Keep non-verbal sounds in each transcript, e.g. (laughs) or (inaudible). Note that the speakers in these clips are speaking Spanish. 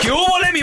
¿Qué hubo, le, mi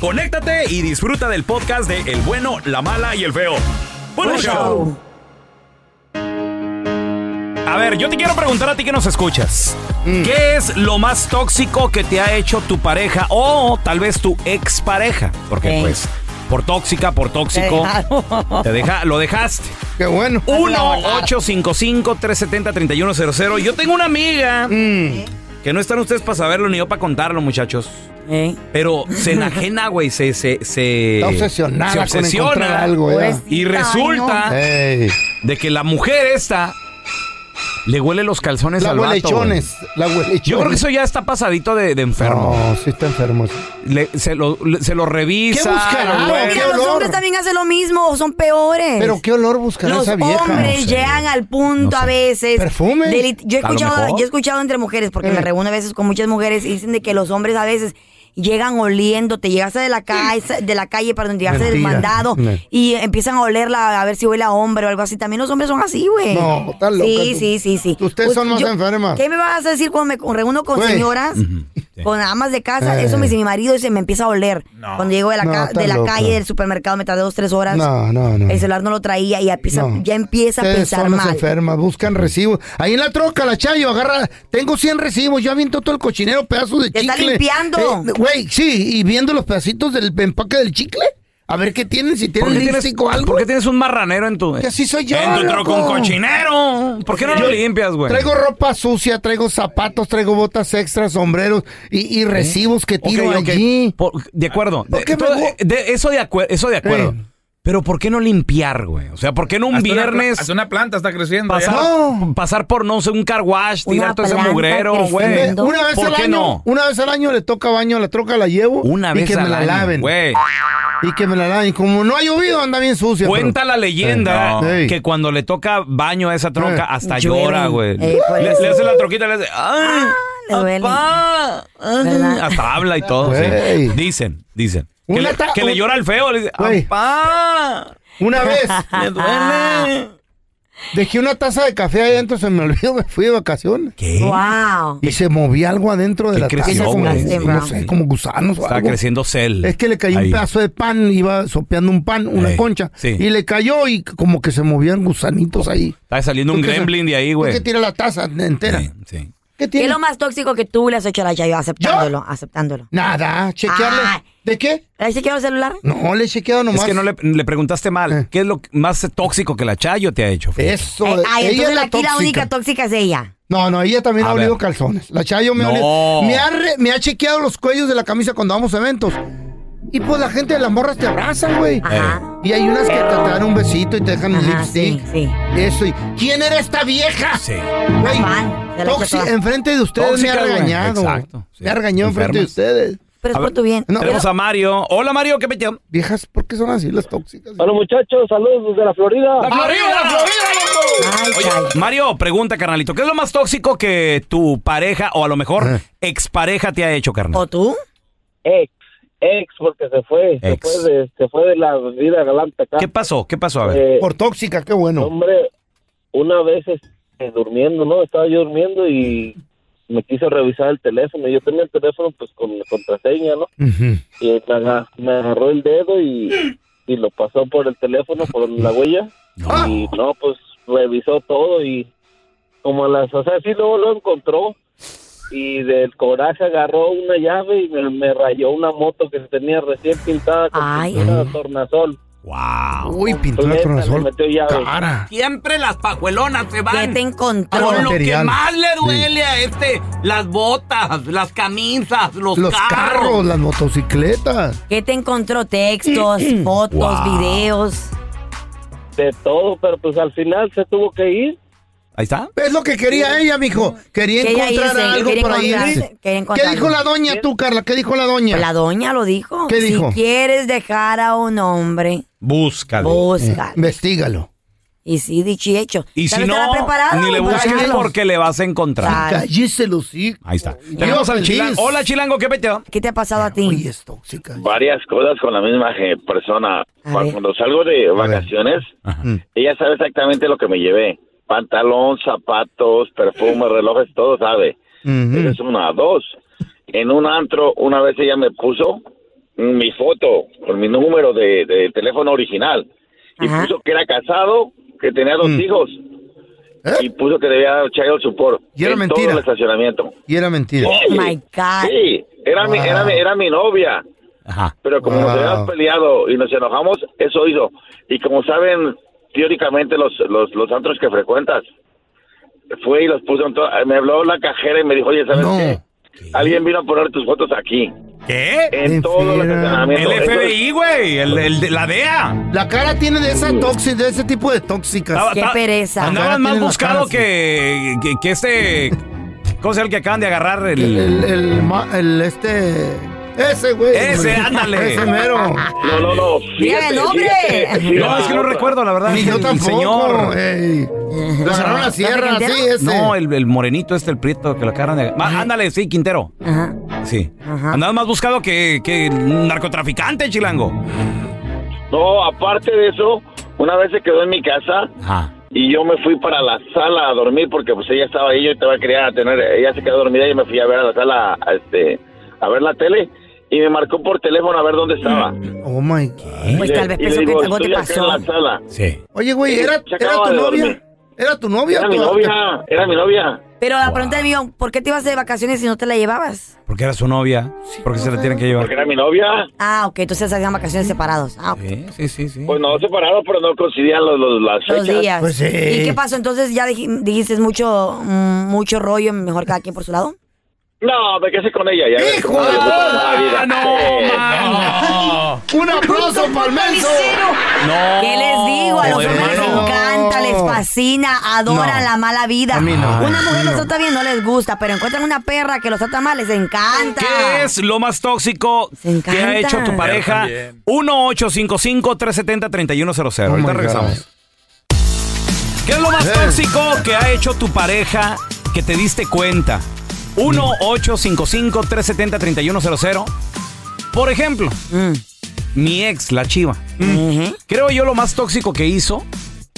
conéctate y disfruta del podcast de El bueno, la mala y el feo. Buen Buen show. A ver, yo te quiero preguntar a ti que nos escuchas. ¿Qué es lo más tóxico que te ha hecho tu pareja o tal vez tu expareja? Porque Ey. pues por tóxica, por (laughs) tóxico, dejaron. te deja, lo dejaste. Qué bueno. 1-855-370-3100. Yo tengo una amiga Mm. que no están ustedes para saberlo ni yo para contarlo, muchachos. Eh, Pero se enajena, güey, se, se, se... Está obsesionada se con obsesiona. encontrar algo, ¿eh? Pues- Y resulta Ey. de que la mujer esta le huele los calzones La al vato, güey. huelechones. La huelechones. Yo creo que eso ya está pasadito de, de enfermo. No, sí está enfermo. eso. Le- se, lo, le- se lo revisa. ¿Qué buscará, lo huele. Mira, güey? qué los olor. hombres también hacen lo mismo, o son peores. Pero qué olor buscará los esa vieja. hombres llegan al punto No sé. a veces. Perfume. de lit- yo he A lo escuchado, mejor. yo he escuchado entre mujeres, porque Eh. me reúno a veces con muchas mujeres y dicen de que los hombres a veces llegan oliendo, te llegaste (laughs) de la calle, de la calle, perdón, llegaste del Mentira. mandado Ne. y empiezan a olerla a ver si huele a hombre o algo así. También los hombres son así, güey. No, estás loca Sí, tú. sí, sí, sí. Ustedes son más enfermas. Pues, ¿Qué me vas a decir cuando me reúno con Pues. Güey. señoras? Con amas de casa, Eh. eso me dice mi marido y se me empieza a oler. Cuando llego de la, No, ca- estás de la loca. calle, del supermercado, me tardé dos, tres horas. No, no, no. El celular no lo traía y ya empieza, No. ya empieza a Ustedes pensar son las mal. enfermas, buscan recibos. Ahí en la troca, la Chayo, agarra. Tengo 100 recibos, yo aviento todo el cochinero, pedazos de Te chicle. está limpiando. Eh, Güey, sí, y viendo los pedacitos del empaque del chicle. A ver qué tienen, si ¿Por tienen qué, tienes, lístico o algo. por qué tienes un marranero en tu... Que así soy yo, En tu troco un loco. cochinero. ¿Por qué no lo Yo limpias, güey? Traigo ropa sucia, traigo zapatos, traigo botas extras, sombreros y, y recibos que ¿Eh? Ok, tiro ok. allí. Por- de acuerdo. ¿Por De- qué me todo- voy? de- eso, de acuer- eso de acuerdo. Eh. Pero ¿por qué no limpiar, güey? O sea, ¿por qué no un Hasta una pla- viernes hasta una planta está creciendo. ¿eh? ya. pasar, No. pasar por, no sé, un car wash, Una tirar todo ese planta mugrero, güey? creciendo. Una vez ¿Por al qué año, no? una vez al año le toca baño a la troca, la llevo Una y vez que al me la año, laven. güey. Y que me la laven. Como no ha llovido, anda bien sucia. pero- Cuenta la leyenda Eh, no. que cuando le toca baño a esa troca, Eh. hasta Llueve. llora, güey. Eh, por le, eso. le hace la troquita, le hace. ah. ¡Ay! le duele. papá, ay". ¿Verdad? (laughs) Hasta habla y todo. sí. Güey. Dicen, dicen. Que, Una le, ta- que le un- llora al feo, le dice, "Ah, Güey. "Papá, Una vez (laughs) ¡Me duele! dejé una taza de café ahí adentro, se me olvidó, me fui de vacaciones. ¿Qué? Wow. Y se movía algo adentro de ¿Qué la creció, taza. Como, güey? no sé, como gusanos o Estaba algo. creciendo cel. Es que le cayó Ahí. un pedazo de pan, iba sopeando un pan, una Ey, concha. sí. Y le cayó y como que se movían gusanitos ahí. Estaba saliendo un ¿Tú qué sa- gremlin de ahí, ¿Por güey. qué tira la taza entera? Sí, sí. ¿Qué ¿Qué es tiene? lo más tóxico que tú le has hecho a la Chayo? Aceptándolo, aceptándolo. Ah. Nada, chequearle. Ay. ¿De qué? ¿Le dice quiero el celular? No, le he chequeado nomás. Es que no le, le preguntaste mal. Eh. ¿Qué es lo más tóxico que la Chayo te ha hecho? feo? Eso, Ay, Eh, ay, ella entonces es la aquí tóxica. la única tóxica es ella. No, no, ella también A ha olido ver. calzones. La Chayo me ha No. olido. Me ha, re- me ha chequeado los cuellos de la camisa cuando vamos a eventos. Y pues la gente de las morras te abrazan, güey. Ajá. Y hay unas que te, te dan un besito y te dejan un Ajá, lipstick. sí, sí. Eso y. ¿Quién era esta vieja? Sí. Güey, Fan, se la echa toxi- toda. enfrente de ustedes Tóxica, me ha güey. regañado. Exacto, sí. Me ha regañado enfrente de Enfermas. ustedes. Pero es A por ver, tu bien. no, Tenemos a Mario. Hola, Mario, ¿qué metió? Viejas, ¿por qué son así las tóxicas? Hola muchachos, saludos desde la Florida. Florida! Ay, Oye, chale. Mario, pregunta, carnalito. ¿Qué es lo más tóxico que tu pareja o a lo Eh. mejor expareja te ha hecho, carnal? ¿O tú? Ex, ex, porque se fue, se Ex. fue de, se fue de la vida galante acá. ¿Qué pasó? ¿Qué pasó? A ver. Eh, Por tóxica, qué bueno. hombre, una vez este, durmiendo, ¿no? Estaba yo durmiendo y me quiso revisar el teléfono. Yo tenía el teléfono pues con contraseña, ¿no? Ujú. Y me, aga- me agarró el dedo y, y lo pasó por el teléfono, por la huella. Y no, pues revisó todo y como a las, o sea, sí luego lo encontró. Y del coraje agarró una llave y me, me rayó una moto que tenía recién pintada con Ay. pintura de tornasol. Wow. Uy, pintura Neta, de le tornasol. metió llave. Cara. Siempre las pajuelonas se ¿Qué van te encontró? con lo material. que más le duele a este, las botas, las camisas, los, Los carros. carros, las motocicletas. ¿Qué te encontró? (clears throat) Textos, fotos, videos. de todo, pero pues al final se tuvo que ir. Ahí está. Es lo que quería ella, mijo. Quería Quería encontrar irse, algo quería para encontrarse, irse. quería ¿Qué encontrar dijo algo. la doña tú, Carla? ¿Qué dijo la doña? La doña lo dijo. ¿Qué dijo? Si quieres dejar a un hombre, Búscalo. busca. Investígalo. Y sí, dicho y hecho. Y Tal si vez no, estará preparada, ni le Pues güey, para busques dejarlo. porque le vas a encontrar. Claro. Cállese los hijos. Ahí está. Dios Tenemos al feliz. Chilango. Hola, Chilango, ¿qué metió? ¿Qué te ha pasado a ti? Oye, es tóxica. varias cosas con la misma je- persona. A Cuando, ver. cuando salgo de vacaciones, ella sabe exactamente lo que me llevé. Pantalón, zapatos, perfume, relojes, todo sabe. Esa es una. Dos, en un antro, una vez ella me puso mi foto con mi número de, de teléfono original. Y Ajá. puso que era casado, que tenía dos hijos. Y puso que debía dar child support. Y era en mentira. Todo el estacionamiento. Y era mentira. Oh my God. Sí, era, mi, era, mi- era mi novia. Ajá. Pero como nos Wow. habíamos peleado y nos enojamos, eso hizo. Y como saben, teóricamente los, los, los antros que frecuentas, fue y los puso en todo. Me habló la cajera y me dijo, oye, ¿sabes No. qué? Alguien vino a poner tus fotos aquí, ¿Qué? en Qué todo el fiera. estacionamiento. El FBI, güey. El, el de- la DEA. La cara tiene de esa tóxica, de ese tipo de tóxicas. Estaba- Qué estaba- pereza. Andaban Ahora más tienen la buscado cara, que, que, que este... ¿Cómo se llama el que acaban de agarrar? El, El... el, el ma- el este. Ese, güey. (laughs) Ese, ándale. Ese mero. No, no, no. Diga fíjate, el nombre. fíjate, fíjate. No, es que no recuerdo, la verdad. Ni yo El tampoco. señor. ey. Lo agarraron la sierra, ¿Quintero? sí, ese. No, el, el morenito este, el prieto que lo acaban de... Ma- ándale, sí, Quintero. Ajá. Sí. Ajá. Andabas más buscado que, que el narcotraficante, chilango. No, aparte de eso, una vez se quedó en mi casa Ajá. y yo me fui para la sala a dormir porque pues ella estaba ahí, yo estaba quería tener, ella se quedó dormida y yo me fui a ver a la sala, a, este, a ver la tele y me marcó por teléfono a ver dónde estaba. Oh my God. Pues Y le- tal vez y le pensó que digo, algo te "Estoy acá pasó. En la sala. Sí. Oye, güey, ¿era, Se era acaba tu de novia? dormir. ¿Era tu novia? Era o mi tu- novia, era mi novia. Pero la pregunta del millón, ¿por qué te ibas de vacaciones si no te la llevabas? Porque era su novia. Porque se la tienen que llevar. Porque era mi novia. Ah, ok, entonces hacían vacaciones separados. Ah, ok. Sí, sí, sí, sí. Pues no, separaron, pero no coincidían los, los- las Los fechas. días. Pues sí. ¿Y qué pasó? Entonces ya dij- dijiste mucho, mm, mucho rollo, mejor cada quien por su (laughs) lado. No, me casé con ella. Ya ves ¡Hijo cómo de le gusta toda la vida. Ah, Eh, no, ¡Un aplauso para el menso! no. Pues, ¿Qué les digo? A los hermano. hombres les encanta, les fascina, adoran No. la mala vida. A mí no. Una A mujer mí los no. trata bien, no les gusta, pero encuentran una perra que los trata mal, les encanta. ¿Qué es lo más tóxico Se encanta. que ha hecho tu pareja? 1-855-370-3100. Oh my Ahorita God. regresamos. ¿Qué es lo más Eh. tóxico que ha hecho tu pareja que te diste cuenta? 1-855-370-3100. Por ejemplo, Mm. mi ex, la chiva. Ujú. Creo yo lo más tóxico que hizo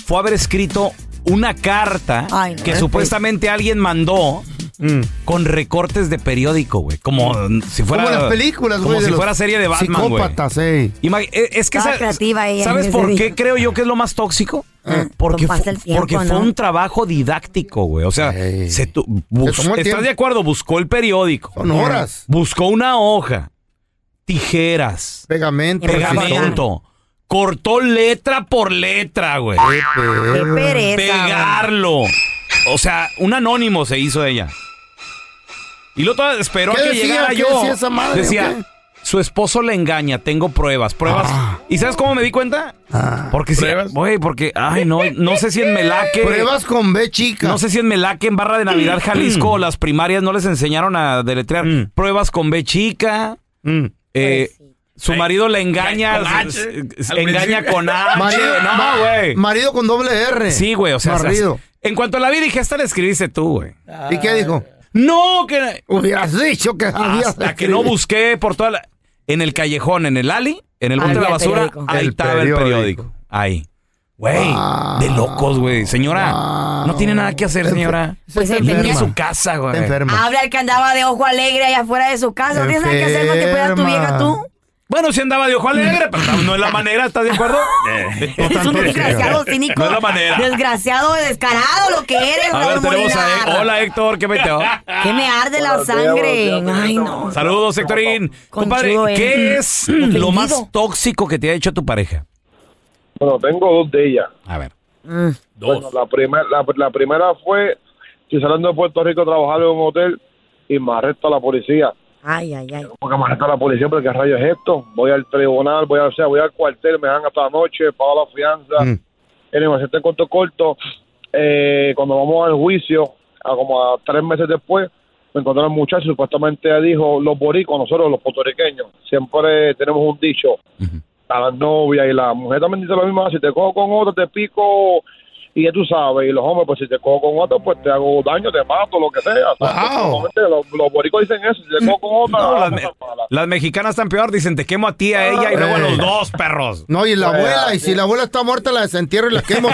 fue haber escrito una carta Ay, pues. no. que supuestamente alguien mandó Mm. con recortes de periódico, güey. Como mm, si fuera. como las películas, güey. Como de si los fuera serie de Batman, güey. Psicópatas, ey. Ima- e- Es que Estaba sa- creativa ella, ¿Sabes en por ese qué día. creo yo que es lo más tóxico? Ah, Porque, pues fu- pasa el tiempo, porque fue ¿no? un trabajo didáctico, güey. O sea, Ey. se tu- bus- tomó el tiempo. ¿estás de acuerdo? Buscó el periódico, Son horas. buscó una hoja, tijeras, Pegamento. pegamento, cortó letra por letra, güey. Qué Pegamento. pereza. güey. pegarlo. O sea, un anónimo se hizo ella. Y luego toda- esperó a ¿Qué que decía? llegara ¿Qué yo. decía esa madre, decía, o qué? Ah. Su esposo le engaña, tengo pruebas, pruebas. ¿Y sabes cómo me di cuenta? porque si, güey, porque ay, no, no sé si en Melaque Pruebas con B chica. No sé si en Melaque en Barra de Navidad Mm. Jalisco o las primarias no les enseñaron a deletrear pruebas con B chica. Pues Eh, su marido le engaña, Mm. Con H. s- s- engaña con H. (laughs) Marido, ma- no, güey. marido con doble R. Sí, güey, o sea, Marido. en cuanto la vi dije, esta la escribiste tú, güey. ¿Y qué dijo? No, que hubieras dicho que habías Hasta que no busqué por toda la... En el callejón, en el Ali, en el bote de Había la basura, periódico. ahí El estaba el periódico. Ah. periódico. Ahí. Güey, de locos, güey. Señora, no tiene nada que hacer, señora. Pues se Vete enferma. a su casa, güey. Está enferma. Habla el que andaba de ojo alegre allá afuera de su casa. Ah, ¿No tienes nada que hacer para que pueda tu vieja tú? Bueno, si andaba de ojo alegre, pero no es la manera, ¿estás (laughs) de acuerdo? Eh. Eres un desgraciado cínico. No es la manera. Desgraciado, descarado lo que eres, A ver, Raúl tenemos a Molinar. Hé- Hola, Héctor, (laughs) ¿qué peteo? Que me arde la sangre. Ay, no. Saludos, Héctorín. Compadre, Conchudo, eh. ¿qué es Ofendido. lo más tóxico que te ha hecho tu pareja? Bueno, tengo dos de ellas. A ver. Bueno, la, primer- la, la primera fue que saliendo de Puerto Rico a trabajar en un hotel y me arresta la policía. Ay, ay, ay. Porque me arresta la policía, pero ¿qué rayos es esto? Voy al tribunal, voy, a, o sea, voy al cuartel, me dan hasta la noche, pago la fianza. En el este corto corto, eh, cuando vamos al juicio, a como a tres meses después, me encontré un muchacho, supuestamente dijo, los boricos, nosotros los puertorriqueños, siempre tenemos un dicho, a la novia y la mujer también dice lo mismo, "Ah, si te cojo con otro, te pico, y ya tú sabes, y los hombres, pues si te cojo con otro, pues te hago daño, te mato, lo que sea. Normalmente Los, los boricos dicen eso, si te cojo con otra, No, la las, cosa me- las mexicanas están peor, dicen, te quemo a ti, a ella y luego a los dos, perros. No, y la abuela, y si la abuela está muerta, la desentierro y la (laughs) quemo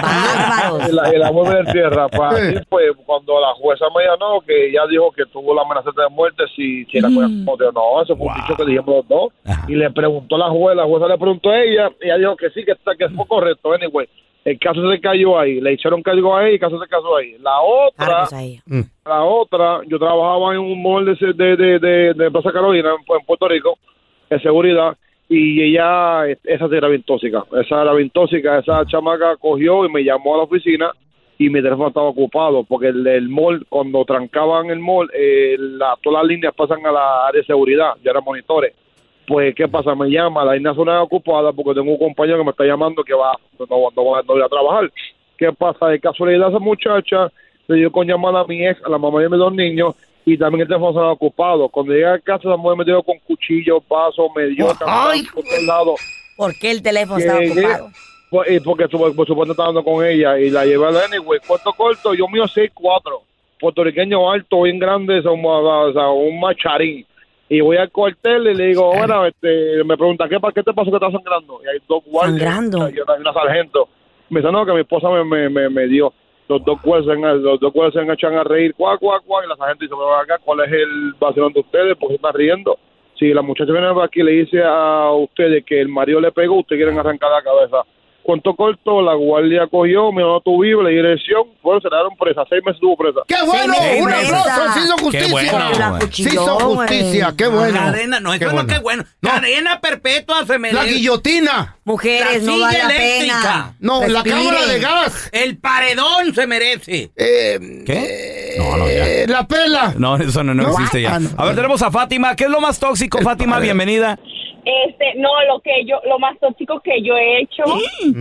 Y la, y la mueve en tierra. Pues así fue cuando la jueza me llamó, que ella dijo que tuvo la amenaza de muerte si, si era jueza o no. Eso fue un dicho que dijimos los dos. Y le preguntó la jueza, la jueza le preguntó a ella, y ella dijo que sí, que, está, que fue correcto. Anyway, el caso se cayó ahí. Le echaron cargo ahí, el caso se cayó ahí. La otra, la otra, yo trabajaba en un mall de, de, de, de- de Plaza Carolina, en, en Puerto Rico, en seguridad, y ella, esa sí era bien tóxica, esa era bien tóxica, esa chamaca cogió y me llamó a la oficina y mi teléfono estaba ocupado, porque el, el mall, cuando trancaban el mall, eh, la- todas las líneas pasan a la área de seguridad, ya eran monitores. Pues, ¿qué pasa? Me llama, la línea zona ocupada porque tengo un compañero que me está llamando que va, no, no va- no va a trabajar. ¿Qué pasa? De casualidad, esa muchacha le dio con llamar a mi ex, a la mamá de mis dos niños, y también el teléfono estaba ocupado. Cuando llegué a casa, la mujer me dio con cuchillos, vasos, me dio Ay. por todos lados. ¿Por qué el teléfono estaba Llegué, ocupado? pues, y porque su- por supuesto estaba andando con ella y la llevé al anyway. Corto, corto, yo mío 6'4, puertorriqueño alto, bien grande, son, o sea, un macharín. Y voy al cuartel y le digo, bueno, este, me pregunta, ¿qué, pa- ¿qué te pasó que estás sangrando? Y hay dos guardias Eh, Sangrando. y una, y una sargento. Me dice, no, que mi esposa me, me, me, me dio. Los dos cuerpos los dos cuerpos se echan a reír, cuac, cuac, cuac, y la sargento dice, pero ven acá, ¿cuál es el vacilón de ustedes? ¿Por qué están riendo? Si la muchacha viene aquí y le dice a ustedes que el marido le pegó, ustedes quieren arrancar la cabeza. Cuento corto, la guardia cogió, me dio tu Biblia y dirección, bueno, se la dieron presa, seis meses tuvo presa. ¡Qué bueno! Sí, ¡Un me- aplauso! ¡Se hizo Qué justicia! bueno, La güey. ¡Se hizo justicia! ¡Qué bueno! Cadena, no, es Qué bueno, qué bueno. Cadena perpetua se me ¡La guillotina! Mujeres, no vale la pena. No, la Respiren. cámara de gas. El paredón se merece. Eh, ¿Qué? No, no, ya. eh, la pela. No, eso no, no ¿No? existe ya. Ah, no. A ver, tenemos a Fátima. ¿Qué es lo más tóxico, Fátima? Bienvenida. Este, no, lo que yo, lo más tóxico que yo he hecho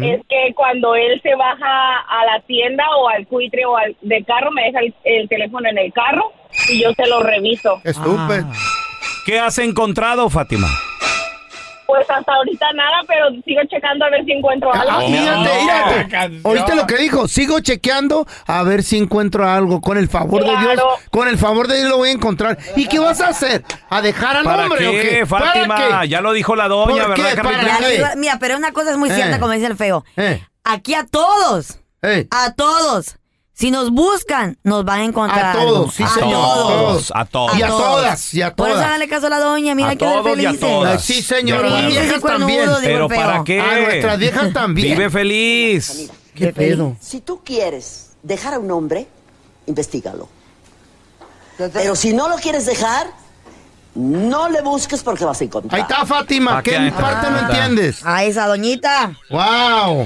es que cuando él se baja a la tienda o al cuitre o al de carro, me deja el, el teléfono en el carro y yo se lo reviso. Ah. Estúpido. ¿Qué has encontrado, Fátima? Pues hasta ahorita nada, pero sigo checando a ver si encuentro Ah, algo. fíjate, mírate. ¿Oíste lo que dijo? Sigo chequeando a ver si encuentro algo. Con el favor de Dios, Claro. con el favor de Dios lo voy a encontrar. ¿Y qué vas a hacer? ¿A dejar al ¿Para hombre o qué, qué? Fátima? ¿Para qué? Ya lo dijo la doña, ¿Por qué? ¿verdad, Carlita? ¿Para Ya qué? digo- Mira, pero una cosa es muy cierta, Eh. como dice el feo. Eh, Aquí a todos, eh. a todos, si nos buscan, nos van a encontrar. A todos, algo. sí, a señor. todos. A todos. Y a todas, y a Por eso todas. hágale caso a la doña, mira A que ser todos y a felices. todas. Ay, sí, señor. Ya, Las bueno. viejas también. Cuernudos, digo Pero el feo. ¿para qué? A nuestras viejas también. Vive feliz. ¿Qué pedo? Si tú quieres dejar a un hombre, investigalo. Pero si no lo quieres dejar, no le busques porque vas a encontrar. Ahí está, Fátima. Aquí, ¿Qué Ah, ahí está. parte no entiendes? A esa doñita. ¡Wow!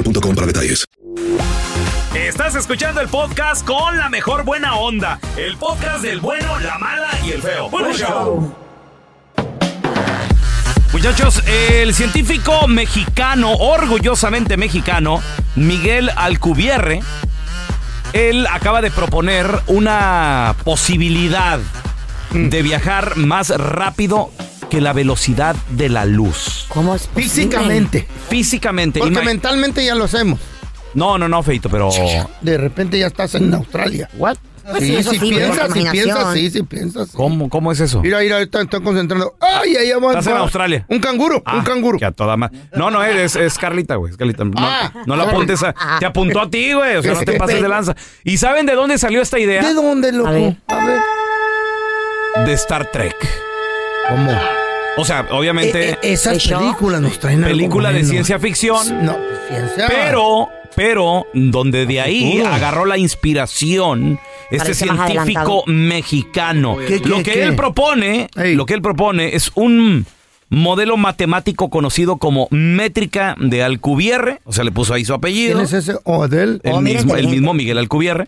para detalles. Estás escuchando el podcast con la mejor buena onda. El podcast del bueno, la mala y el feo. Bueno, show. Muchachos, el científico mexicano, orgullosamente mexicano, Miguel Alcubierre, él acaba de proponer una posibilidad Mm. de viajar más rápido que la velocidad de la luz. ¿Cómo es Físicamente. Físicamente. Porque Ima- mentalmente ya lo hacemos. No, no, no, Feito, pero... De repente ya estás en Australia. ¿What? Pues sí, sí, eso sí, sí, por piensas, sí piensas, imaginación. sí, sí piensas. ¿Cómo, cómo es eso? Mira, mira, ahorita estoy concentrando. ¡Ay, ahí vamos! Estás en Australia. Un canguro, Ah, un canguro. que a toda ma- No, no, es, es Carlita, güey. es Carlita. No, Ah, no la sorry. apuntes a. Te apuntó a ti, güey. O sea, no te pases de lanza. ¿Y saben de dónde salió esta idea? ¿De dónde, loco? A ver. De Star Trek. ¿Cómo? O sea, obviamente. Eh, eh, esas películas nos traen algo película de bueno. ciencia ficción. No, pues, ciencia. Pero, pero, donde de ahí Ujú. agarró la inspiración este Parece más adelantado. científico mexicano. ¿Qué, lo qué, que qué? él propone, lo que él propone es un modelo matemático conocido como métrica de Alcubierre, o sea, le puso ahí su apellido. ¿Quién es ese? Oh, Odell. el, mismo, el mismo Miguel Alcubierre,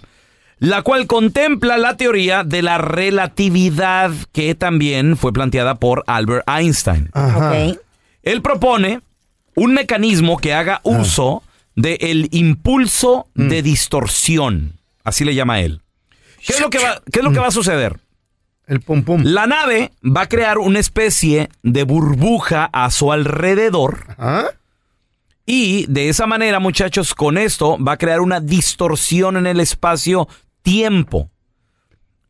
la cual contempla la teoría de la relatividad que también fue planteada por Albert Einstein. Él propone un mecanismo que Ah. haga uso del impulso Mm. de distorsión, así le llama él. ¿Qué es lo que va, qué es lo que va a suceder? Mm. El pum pum. La nave va a crear una especie de burbuja a su alrededor. Y de esa manera, muchachos, con esto va a crear una distorsión en el espacio-tiempo.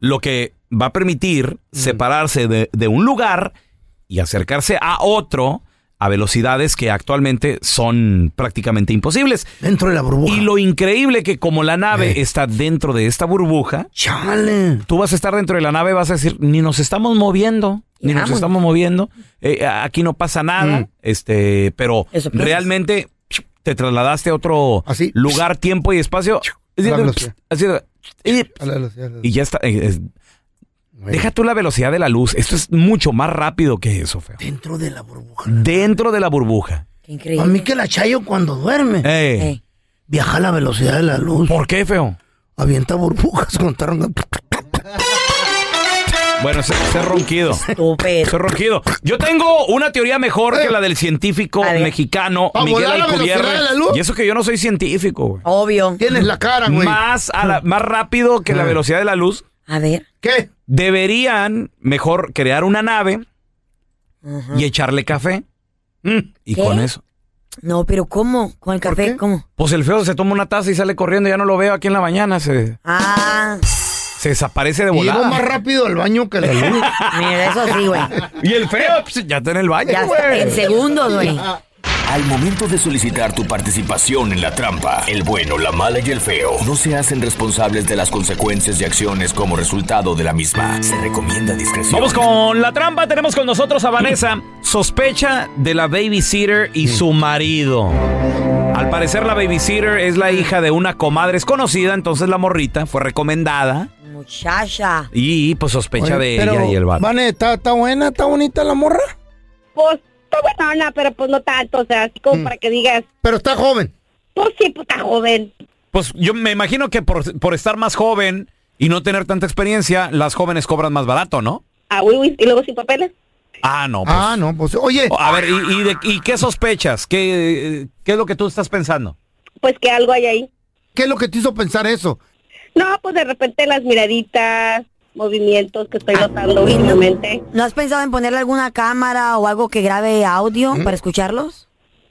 Lo que va a Mm. permitir separarse de, de un lugar y acercarse a otro a velocidades que actualmente son prácticamente imposibles. Dentro de la burbuja. Eh. Y lo increíble que como la nave está dentro de esta burbuja, tú vas a estar dentro de la nave, vas a decir, ni nos estamos moviendo, ni nos Vámonos. estamos moviendo, eh, a- aquí no pasa nada, Mm. este, pero piensas. realmente te trasladaste a otro ¿Ah, lugar, tiempo y espacio. A la velocidad. Así, y- A la velocidad, a la velocidad. y ya está. eh, es- deja tú la velocidad de la luz, esto es mucho más rápido que eso, feo. Dentro de la burbuja. Dentro de la burbuja. Qué increíble. A mí que la chayo cuando duerme. Ey. Viaja a la velocidad de la luz. ¿Por qué, feo? Avienta burbujas, (laughs) contaron. Bueno, ese, ese ronquido. Ese ronquido. Yo tengo una teoría mejor que la del científico mexicano ¿Pa Miguel volar a la Alcubierre. velocidad de la luz? Y eso que yo no soy científico, güey. Obvio. Tienes la cara, güey. Ah. Más, a la- más rápido que la velocidad de la luz. A ver. ¿Qué? Deberían mejor crear una nave y echarle café. Mm. Y ¿Qué? con eso. No, pero ¿cómo? ¿Con el café? ¿Cómo? Pues el feo se toma una taza y sale corriendo, ya no lo veo aquí en la mañana. Se, Ah. se desaparece de Y Llego volada. más rápido al baño que la luz. (laughs) Mira, eso sí, güey. Y el feo pues, ya está en el baño. Ya güey. está, en segundos, güey. Al momento de solicitar tu participación en la trampa, el bueno, la mala y el feo no se hacen responsables de las consecuencias y acciones como resultado de la misma. Se recomienda discreción. Vamos con la trampa. Tenemos con nosotros a Vanessa. Sospecha de la babysitter y su marido. Al parecer la babysitter es la hija de una comadre es conocida, entonces la morrita fue recomendada Muchacha. y pues sospecha Oye, de pero, ella y el vato. Vane, ¿está está buena? ¿Está bonita la morra? Pues está buena onda, pero pues no tanto, o sea, así como Mm. para que digas. Pero está joven. Pues sí, pues está joven. Pues yo me imagino que por, por estar más joven y no tener tanta experiencia, las jóvenes cobran más barato, ¿no? Ah, uy, uy, y luego sin papeles. Ah, no. Pues. Ah, no, pues oye. A ver, ¿y, y de- y qué sospechas? ¿Qué, ¿Qué es lo que tú estás pensando? Pues que algo hay ahí. ¿Qué es lo que te hizo pensar eso? No, pues de repente las miraditas, movimientos que estoy notando últimamente. Ah. ¿No has pensado en ponerle alguna cámara o algo que grabe audio para escucharlos?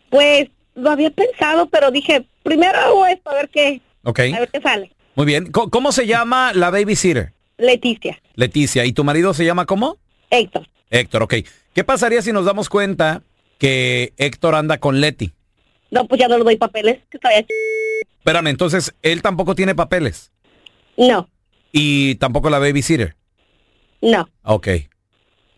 Pues lo había pensado, pero dije, primero hago esto, a ver qué, Ok, a ver qué sale. muy bien. Co- ¿Cómo se llama la babysitter? Leticia, Leticia, ¿y tu marido se llama cómo? Héctor, Héctor, ok. ¿Qué pasaría si nos damos cuenta que Héctor anda con Leti? no, pues ya no le doy papeles, que todavía Espérame, entonces él tampoco tiene papeles No, y tampoco la babysitter. no. Ok,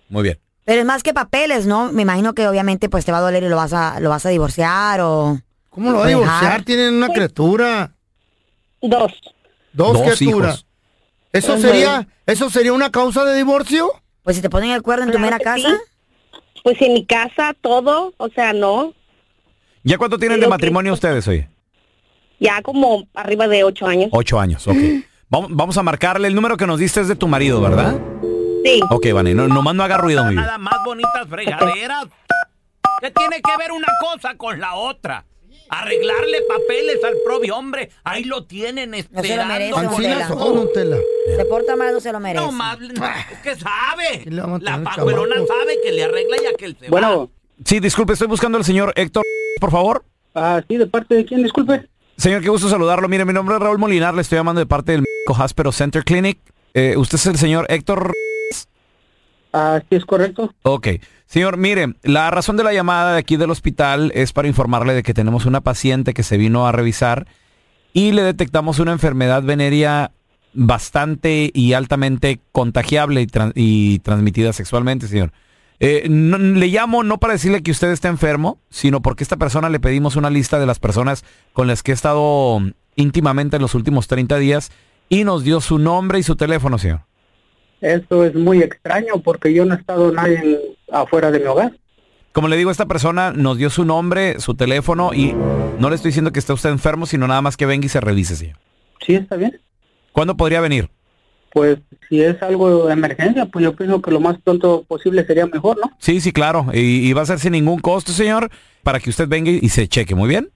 muy bien. Pero es más que papeles, ¿no? Me imagino que obviamente pues te va a doler y lo vas a, lo vas a divorciar o... ¿Cómo lo va a Pues, ah, divorciar? Tienen una criatura. Dos. Dos, Dos criaturas. hijos. ¿Eso Ajá. sería, ¿Eso sería una causa de divorcio? Pues si te ponen el cuerno en tu mera casa. Pues en mi casa, todo, o sea, no, ¿Ya cuánto tienen de matrimonio ustedes hoy? ya como arriba de ocho años. Ocho años, ok. Vam- Vamos a marcarle el número que nos diste es de tu marido, ¿verdad? Sí. Ok, Vane, no, nomás no haga ruido, mi vida. Más bonitas fregaderas. ¿Qué tiene que ver una cosa con la otra? Arreglarle papeles al propio hombre. Ahí lo tienen No se lo merece, esperando. don Ancina Tela. son, don Tela. Se porta mal, no se lo merece. ¿Qué sabe? le vamos a La tener pajuelona sabe que le arregla y aquel se va. Bueno. Sí, disculpe, estoy buscando al señor Héctor, por favor. Ah, sí, ¿de parte de quién? Disculpe. Señor, qué gusto saludarlo. Mire, mi nombre es Raúl Molinar, le estoy llamando de parte del Médico Hospital Center Clinic. Eh, ¿Usted es el señor Héctor? Ah, sí, es correcto. Ok. Señor, mire, la razón de la llamada de aquí del hospital es para informarle de que tenemos una paciente que se vino a revisar y le detectamos una enfermedad venérea bastante y altamente contagiable y, tran- y transmitida sexualmente, señor. Eh, no- le llamo no para decirle que usted está enfermo, sino porque a esta persona le pedimos una lista de las personas con las que he estado íntimamente en los últimos 30 días y nos dio su nombre y su teléfono, señor. Eso es muy extraño porque yo no he estado nadie en- afuera de mi hogar. Como le digo, esta persona nos dio su nombre, su teléfono y no le estoy diciendo que esté usted enfermo, sino nada más que venga y se revise, señor. Sí, está bien. ¿Cuándo podría venir? Pues si es algo de emergencia, pues yo pienso que lo más pronto posible sería mejor, ¿no? Sí, sí, claro. Y, y va a ser sin ningún costo, señor, para que usted venga y y se cheque, ¿muy bien?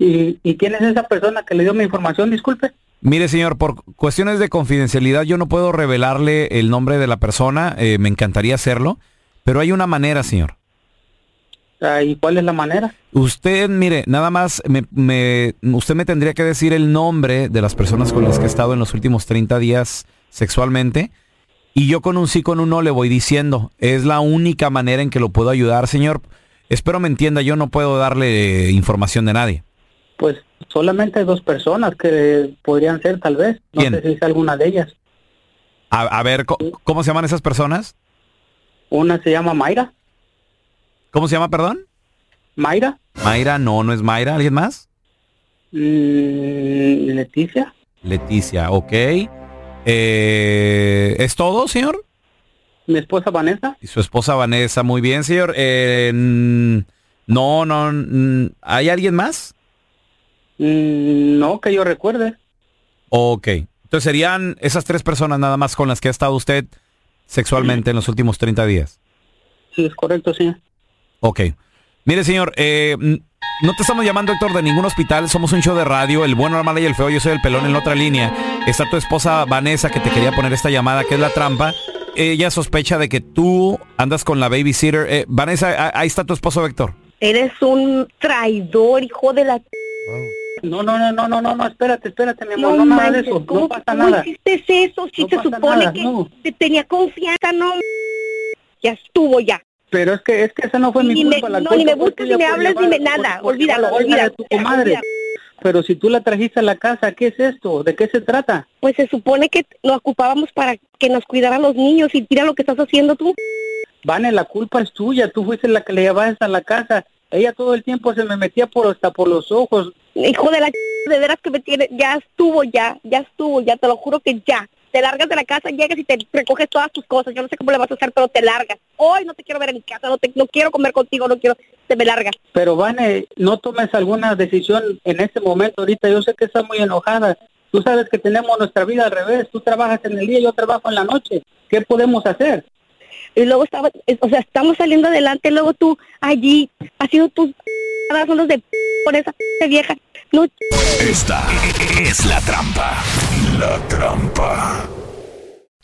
¿Y, y quién es esa persona que le dio mi información? Disculpe. Mire, señor, por cuestiones de confidencialidad yo no puedo revelarle el nombre de la persona, eh, me encantaría hacerlo, pero hay una manera, señor. Ah, ¿Y cuál es la manera? Usted, mire, nada más, me, me- usted me tendría que decir el nombre de las personas con las que he estado en los últimos 30 días sexualmente. Y yo con un sí, con un no le voy diciendo. Es la única manera en que lo puedo ayudar, señor. Espero me entienda, yo no puedo darle eh, información de nadie. Pues solamente dos personas que podrían ser tal vez. No ¿Quién? sé si es alguna de ellas. A, a ver, co- ¿cómo se llaman esas personas? Una se llama Mayra. ¿Cómo se llama, perdón? Mayra. Mayra, no, no es Mayra. ¿Alguien más? Mm, Leticia. Leticia, ok. Eh, ¿Es todo, señor? Mi esposa Vanessa. Y su esposa Vanessa, muy bien, señor. Eh, mm, no, no, mm, ¿hay alguien más? Mm, no, que yo recuerde. Ok. Entonces serían esas tres personas nada más con las que ha estado usted sexualmente en los últimos 30 días. Sí, es correcto, sí. Ok. Mire, señor, eh, mm, no te estamos llamando, Héctor, de ningún hospital. Somos un show de radio, el bueno, la mala y el feo. Yo soy el pelón en la otra línea. Está tu esposa Vanessa, que te quería poner esta llamada, que es la trampa. Ella sospecha de que tú andas con la babysitter. Eh, Vanessa, a- ahí está tu esposo, Héctor. Eres un traidor, hijo de la... No, no, no, no, no, no, no, espérate, espérate, mi No, amor, no, nada de manches, eso, ¿cómo- no pasa cómo nada. hiciste eso? Si No se pasa supone nada, que no. te tenía confianza, no. Ya estuvo ya. Pero es que, es que esa no fue mi Ni me- culpa. la no, culpa ni me fue busques, tuya ni me por hables, ni me llevar- nada. por llevar Olvídalo, la hija de olvídalo, tu ya, comadre. olvídalo. Pero si tú la trajiste a la casa, ¿qué es esto? ¿De qué se trata? Pues se supone que nos ocupábamos para que nos cuidaran los niños y mira lo que estás haciendo tú. Vane, la culpa es tuya, tú fuiste la que le llevaste a la casa Ella todo el tiempo se me metía por hasta por los ojos. Hijo de la ch- de veras que me tiene, ya estuvo, ya, ya estuvo, ya, te lo juro que ya. Te largas de la casa, llegas y te recoges todas tus cosas. Yo no sé cómo le vas a hacer, pero te largas. Hoy no te quiero ver en mi casa, no, te, no quiero comer contigo, no quiero, te me largas. Pero Vane, no tomes alguna decisión en este momento ahorita. Yo sé que estás muy enojada. Tú sabes que tenemos nuestra vida al revés. Tú trabajas en el día, yo trabajo en la noche. ¿Qué podemos hacer? Y luego estaba, es- o sea, estamos saliendo adelante, luego tú allí, haciendo tus razones de p- con esa p- vieja. No, ch- Esta es la trampa. La trampa.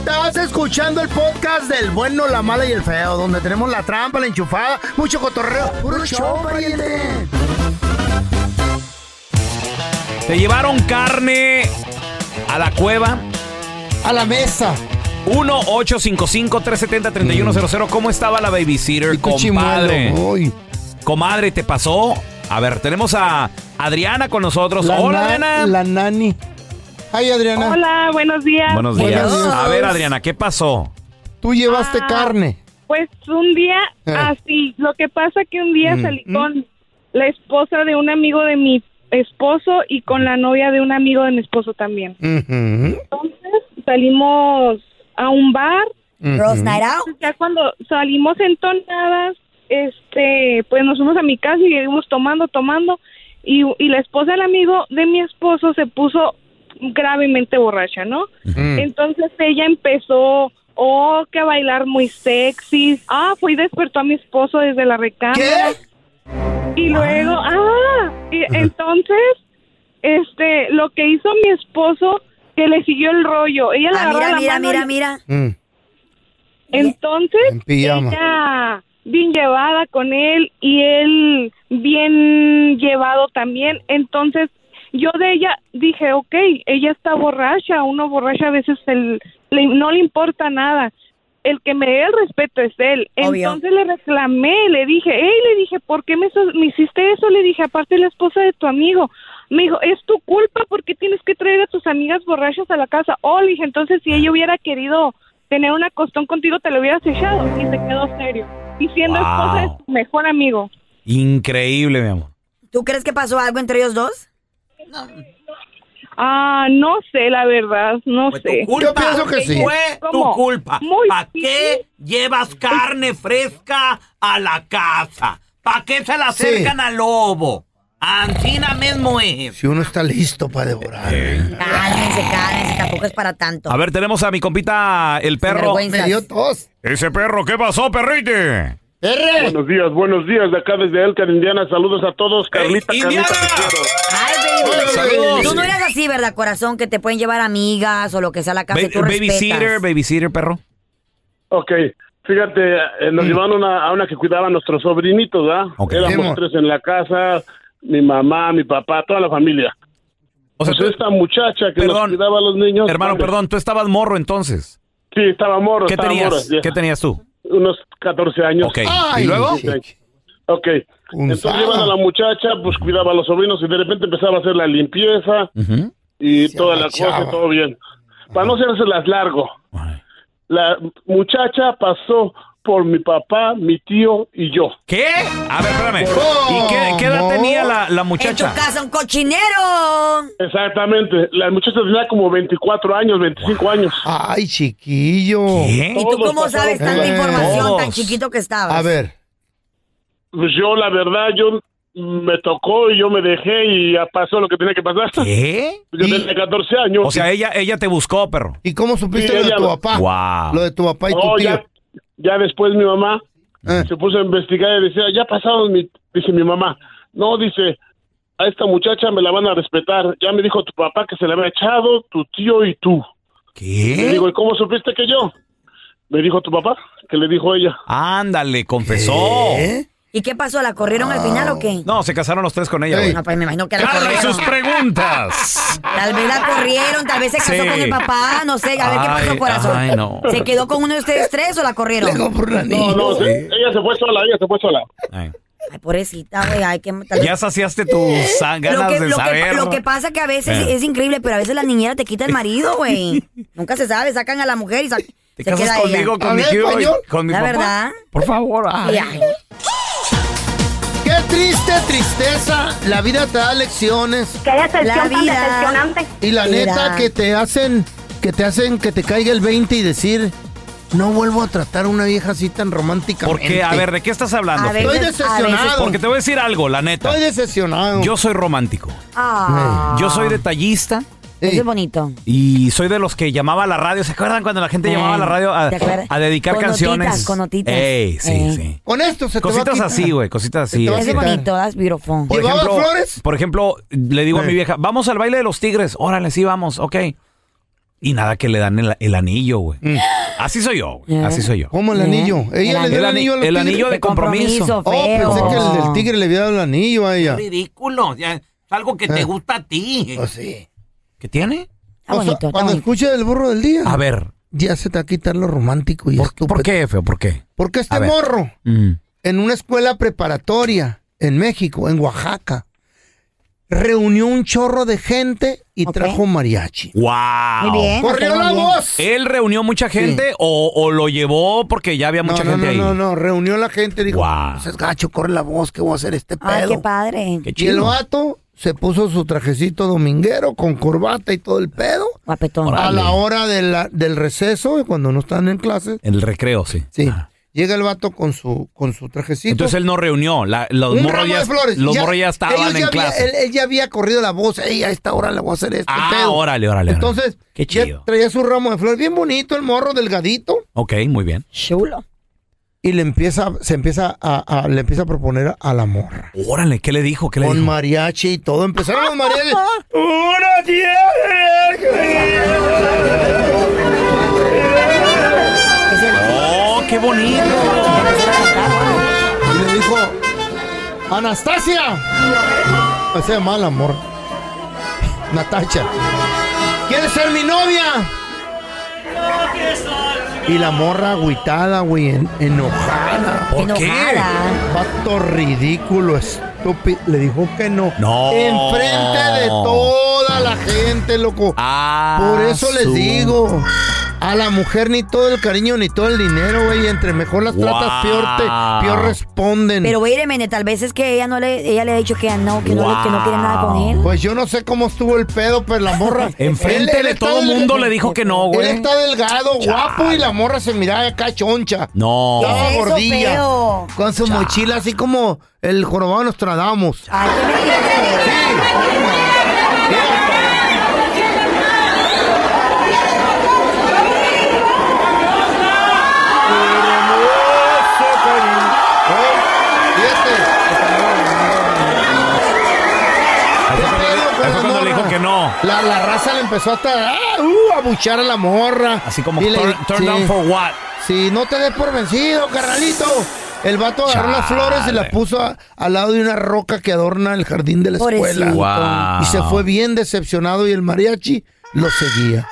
Estás escuchando el podcast del bueno, la mala y el feo, donde tenemos la trampa, la enchufada, mucho cotorreo. ¡Puro show, pariente! Te llevaron carne a la cueva. A la mesa. 1-855-370-3100. ¿Cómo estaba la babysitter, compadre? chimuelo, Comadre, ¿te pasó? A ver, tenemos a Adriana con nosotros. La Hola, na- Adriana. La nani. Ay, Adriana. Hola, buenos días. Buenos días. A ver, Adriana, ¿qué pasó? Tú llevaste Este carne. Ah, Pues un día Eh. así, lo que pasa que un día Mm. salí con la esposa de un amigo de mi esposo y con la novia de un amigo de mi esposo también. Salimos a un bar. Ujú. Girls night out. Ya cuando salimos entonadas, este, pues nos fuimos a mi casa y seguimos tomando, tomando y, y la esposa del amigo de mi esposo se puso gravemente borracha, ¿no? Mm. Entonces ella empezó, oh, que a bailar muy sexy. Ah, fue y despertó a mi esposo desde la recámara. Y luego, ah, y entonces, este, lo que hizo mi esposo, que le siguió el rollo. Ella le Ah, agarró mira, la mira, mano mira, y- mira. Entonces, pijama. ella bien llevada con él y él bien llevado también. Entonces, yo de ella dije, ok, ella está borracha, uno borracha a veces el- le- no le importa nada. El que me dé el respeto es él. Obvio. Entonces le reclamé, le dije, hey, le dije, ¿por qué me, so- me hiciste eso? Le dije, aparte la esposa de tu amigo. Me dijo, es tu culpa porque tienes que traer a tus amigas borrachas a la casa. Oh, le dije, entonces si ella hubiera querido tener una costón contigo, te lo hubieras echado. Y se quedó serio. Y siendo Wow. esposa de tu mejor amigo. Increíble, mi amor. ¿Tú crees que pasó algo entre ellos dos? Ah, no sé, la verdad, no sé. Culpa, Fue tu culpa. ¿Para qué llevas carne fresca a la casa? ¿Para qué se la Sí. acercan al lobo? Ancina mismo es. Si uno está listo para devorar. Cálmense, cálmense, tampoco es para tanto. A ver, tenemos a mi compita, el perro. vergüenzas. Me dio tos. Ese perro, ¿qué pasó, perrite? Buenos días, buenos días. De acá desde Elkan, Indiana. Saludos a todos. Carlita, Carlita. Ay, baby. Saludos. Tú no eres así, ¿verdad, corazón? Que te pueden llevar amigas o lo que sea a la casa y tú Babysitter, respetas. babysitter, perro. Ok, fíjate, eh, Mm. nos llevaron a, a una que cuidaba a nuestros sobrinitos, ¿verdad? Éramos tres en la casa, mi mamá, mi papá, toda la familia. O sea, Pues esta muchacha que nos Perdón. cuidaba a los niños. Hermano, Vale. perdón, tú estabas morro entonces. Sí, estaba morro. ¿Qué estaba tenías? morro, ya. ¿Qué tenías tú? unos 14 años. Ok, ¿y luego? Ok. Entonces llevan a la muchacha, pues cuidaba a los sobrinos y de repente empezaba a hacer la limpieza y toda la cosa, agachaba. todo bien. Para no hacerse las largo. La muchacha pasó por mi papá, mi tío y yo. ¿Qué? A ver, espérame. ¿Y qué, qué edad ¿Cómo? tenía la, la En muchacha? tu casa un cochinero. Exactamente. La muchacha tenía como 24 años, 25 años. Ay, chiquillo. ¿Eh? ¿Y tú cómo sabes tanta información tan chiquita? chiquito que estabas? Pues yo, la verdad, yo me tocó y yo me dejé y ya pasó lo que tenía que pasar. ¿Qué? (laughs) Yo tenía 14 años. O sea, ella, ella te buscó, perro. ¿Y cómo supiste Sí, lo de ella tu lo- papá? Wow. Lo de tu papá y tu No, tío. Ah. Ya, ya después mi mamá se puso a investigar y decía, ya pasaron, mi, dice mi mamá. No, dice, a esta muchacha me la van a respetar. Ya me dijo tu papá que se la había echado tu tío y tú. ¿Qué? Le digo, ¿y cómo supiste que yo? Me dijo tu papá, que le dijo ella. Ah, Ándale, confesó. ¿Eh? ¿Y qué pasó? ¿La corrieron al final o qué? No, se casaron los tres con ella, güey. No, pues me imagino que la ¡Carla y corrieron. sus (laughs) preguntas! Tal vez la corrieron, tal vez se casó Sí. con el papá, no sé. A ver qué pasó, Ay, corazón. ay, no. ¿Se quedó con uno de ustedes tres o la corrieron? No, no, se- ella se fue sola, ella se fue sola. Ay, pobrecita, güey. Ay, qué tal vez- Ya saciaste tus sa- ganas de lo, saber. lo que pasa que a veces Eh. es increíble, pero a veces la niñera te quita el marido, (laughs) güey. Nunca se sabe, sacan a la mujer y sa- ¿Te se casas queda conmigo, ella. con mi tío y con mi La papá? verdad. Por favor. ay. Sí, ay. Qué triste tristeza. La vida te da lecciones. La vida. Y la neta Mira. que te hacen, que te hacen que te caiga el 20 y decir, no vuelvo a tratar a una vieja así tan romántica. ¿Por qué? A ver, ¿de qué estás hablando? A Fer? veces- Estoy decepcionado. a veces- Porque te voy a decir algo, la neta. Estoy decepcionado. Yo soy romántico. Ah. Yo soy detallista. Eso es bonito. Y soy de los que llamaba a la radio. ¿Se acuerdan cuando la gente Eh, llamaba a la radio a, ¿te acuerdas? a dedicar Con canciones? notitas, con notitas. Ey, sí, Eh. sí. Con esto se te va a Cositas quitar. así, güey, cositas así. Eso es así. bonito, that's beautiful. Por ejemplo, por ejemplo, le digo a mi Eh. vieja, vamos al baile de los tigres. Órale, sí, vamos, ok. Y nada que le dan el, el anillo, güey. Así soy yo, güey. Así Eh. soy yo. Mm. ¿Cómo el anillo? Ella le dio el ani- anillo a los El tigres. anillo ¿Eh? de compromiso. Oh, pensé que el del tigre le había dado el anillo a ella. Ridículo. ya, es algo que te gusta a ti. ¿Qué tiene? O sea, cuando escuches el burro del día. A ver. Ya se te va a quitar lo romántico y estúpido. ¿Por qué, feo? ¿Por qué? Porque este A ver. morro, Mm. en una escuela preparatoria en México, en Oaxaca, reunió un chorro de gente y trajo mariachi. ¡Wow! Muy bien, Corrió está muy la bien. voz. ¿Él reunió mucha gente Sí. o, o lo llevó porque ya había No, mucha no, gente no, ahí? no, no, reunió la gente y dijo, Guau. "Pues es gacho, corre la voz, ¿qué voy a hacer este pedo? Ay, qué padre. Qué Y el vato se puso su trajecito dominguero con corbata y todo el pedo. A Órale. la hora de la- del receso, cuando no están en clases, En el recreo, sí. Sí. llega el vato con su, con su trajecito. Entonces él no reunió. la- los Un morros ramo ya, de flores. los Ya- morros ya ellos estaban ya en había- clase. Él, él ya había corrido la voz, "Ey, a esta hora le voy a hacer este ah, pedo". órale, órale. órale. Entonces, Qué ya chido. traía su ramo de flores, bien bonito, el morro delgadito. Ok, muy bien. Chulo. Y le empieza, se empieza a, a- le empieza a proponer al amor. Órale, ¿qué le dijo? ¿Qué le Con dijo? mariachi y todo. Empezaron los mariachi. (laughs) (laughs) ¡Una ¡Oh, qué bonito! Y le dijo, Anastasia. Ese es mal amor. Natacha. ¿Quieres ser mi novia? Y la morra agüitada, güey, en- enojada. ¿Por qué? Enojada. Vato ridículo, estúpido. Le dijo que no. No. Enfrente de toda la gente, loco. Por eso les Ah, su- digo. A la mujer ni todo el cariño ni todo el dinero, güey. Entre mejor las tratas, peor te, ah. peor responden. Pero mire, tal vez es que ella no le, ella le ha dicho que no, que no, le- que no quiere nada con él. Pues yo no sé cómo estuvo el pedo, pero la (laughs) morra. Enfrente de todo el mundo le dijo que no, güey. Él está delgado, guapo y la morra se miraba acá choncha. No. Estaba ¿Qué es eso, gordilla. feo? Con su mochila así como el jorobado de Nostradamus. Ahí fue cuando le dijo que no. La, la raza le empezó hasta ah, uh, a buchar a la morra. Así como, "Turn- turn down for what?" Sí, no te des por vencido, carnalito. El vato agarró las flores y las puso a- al lado de una roca que adorna el jardín de la escuela. Pobrecito. Guau. Y se fue bien decepcionado y el mariachi lo seguía.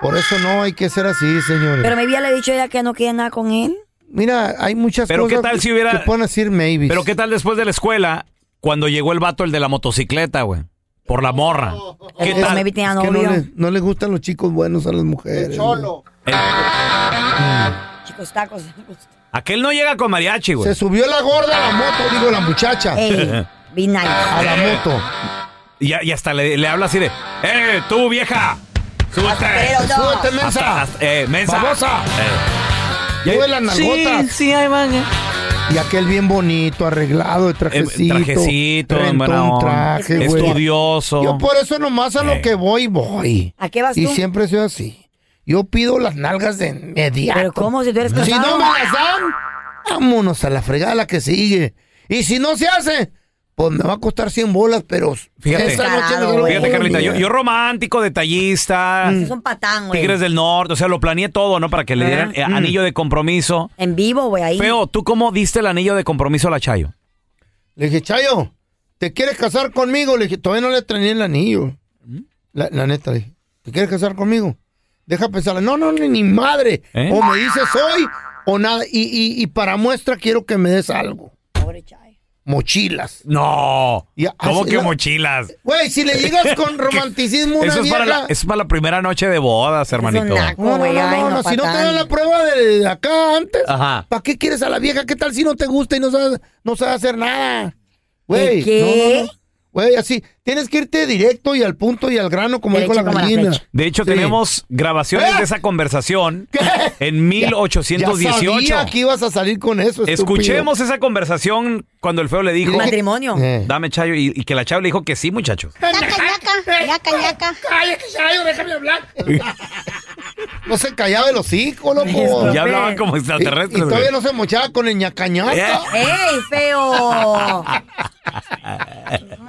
Por eso no hay que ser así, señores. Pero maybe ya le ha dicho ella que no quiere nada con él. Mira, hay muchas Pero ¿qué cosas tal si hubiera- que pueden decir maybe. Pero qué tal después de la escuela, cuando llegó el vato, el de la motocicleta, güey. Por la morra. ¿Qué Es- tal? es que no, le- no les gustan los chicos buenos a las mujeres. Cholo. Eh. Chicos tacos. Aquel no llega con mariachi, güey. Se subió la gorda a la moto, digo, la muchacha. Ey, be nice. A la moto. Eh. Y, y hasta le, le habla así de, ¡eh, tú, vieja! ¡Súbete! Pero no. Súbete, mensa. Hasta- hasta- ¡Eh, mensa! Babosa. Eh. Y ahí- Sube las nalgotas. Sí, sí, ahí van. eh. Y aquel bien bonito, arreglado, de trajecito. trajecito, rentó en buena un onda. traje, güey. Estudioso. Eh. Yo por eso nomás a lo que voy, voy. ¿A qué vas Y tú? siempre soy así. Yo pido las nalgas de inmediato. Pero ¿cómo? Si tú eres Si casado. no me las dan, vámonos a la fregada la que sigue. Y si no se hace, pues me va a costar 100 bolas, pero... Fíjate, esa noche me lo fíjate voy a Carlita, yo, dormir. yo romántico, detallista, Mm. Es un patán, güey. Tigres del Norte, o sea, lo planeé todo, ¿no? Para que le dieran eh, Mm. anillo de compromiso. En vivo, güey, ahí. Feo, ¿tú cómo diste el anillo de compromiso a la Chayo? Le dije, Chayo, ¿te quieres casar conmigo? Le dije, todavía no le traía el anillo. ¿Mm? La, la neta, le dije, ¿te quieres casar conmigo? Deja pensarla. No, no, ni, ni madre. ¿Eh? O me dices hoy o nada. Y, y- y para muestra quiero que me des algo. Mochilas. No. Ya, ¿Cómo así que la- mochilas? Güey, si le (laughs) llegas con romanticismo a una Eso es, para la, vieja... eso es para la primera noche de bodas, hermanito. No, no, no, no, no, si no te dan la prueba de, de acá antes, Ajá. ¿para qué quieres a la vieja? ¿Qué tal si no te gusta y no sabes, no sabes hacer nada? Güey, ¿De qué? no, no, no. Güey, así, tienes que irte directo y al punto y al grano, como dijo la gallina. De hecho, Sí. tenemos grabaciones de esa conversación en Ya 1818. sabía que ibas a salir con eso, estúpido. Escuchemos esa conversación cuando el feo le dijo... ¿El matrimonio? Eh. Dame Chayo, y, y que la Chayo le dijo que sí, muchachos. Yaca, Eh, yaca, yaca. Cállate, Chayo, déjame hablar. no se callaba el hocico, loco. Ya hablaban como Eh. Y extraterrestres. todavía no se mochaba con el ñacañaca. ¿Eh? ¡Ey, feo! un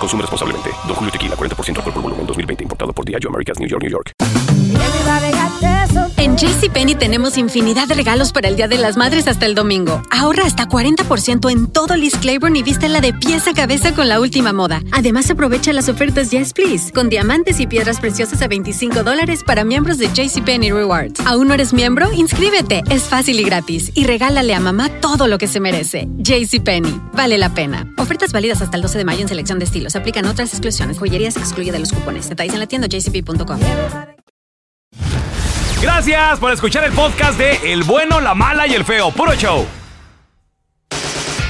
Consume responsablemente. Don Julio Tequila 40% alcohol por volumen 2020 importado por Diageo Americas New York New York. En JCPenney tenemos infinidad de regalos para el Día de las Madres hasta el domingo. Ahorra hasta 40% en todo Liz Claiborne y vístela de pies a cabeza con la última moda. Además, aprovecha las ofertas Yes Please, con diamantes y piedras preciosas a 25 dólares para miembros de JCPenney Rewards. ¿Aún no eres miembro? Inscríbete, es fácil y gratis. Y regálale a mamá todo lo que se merece. JCPenney, vale la pena. Ofertas válidas hasta el 12 de mayo en selección de estilos. Aplican otras exclusiones. Joyerías excluye de los cupones. Detalles en la tienda jcp.com. Gracias por escuchar el podcast de El Bueno, la Mala y el Feo. Puro show.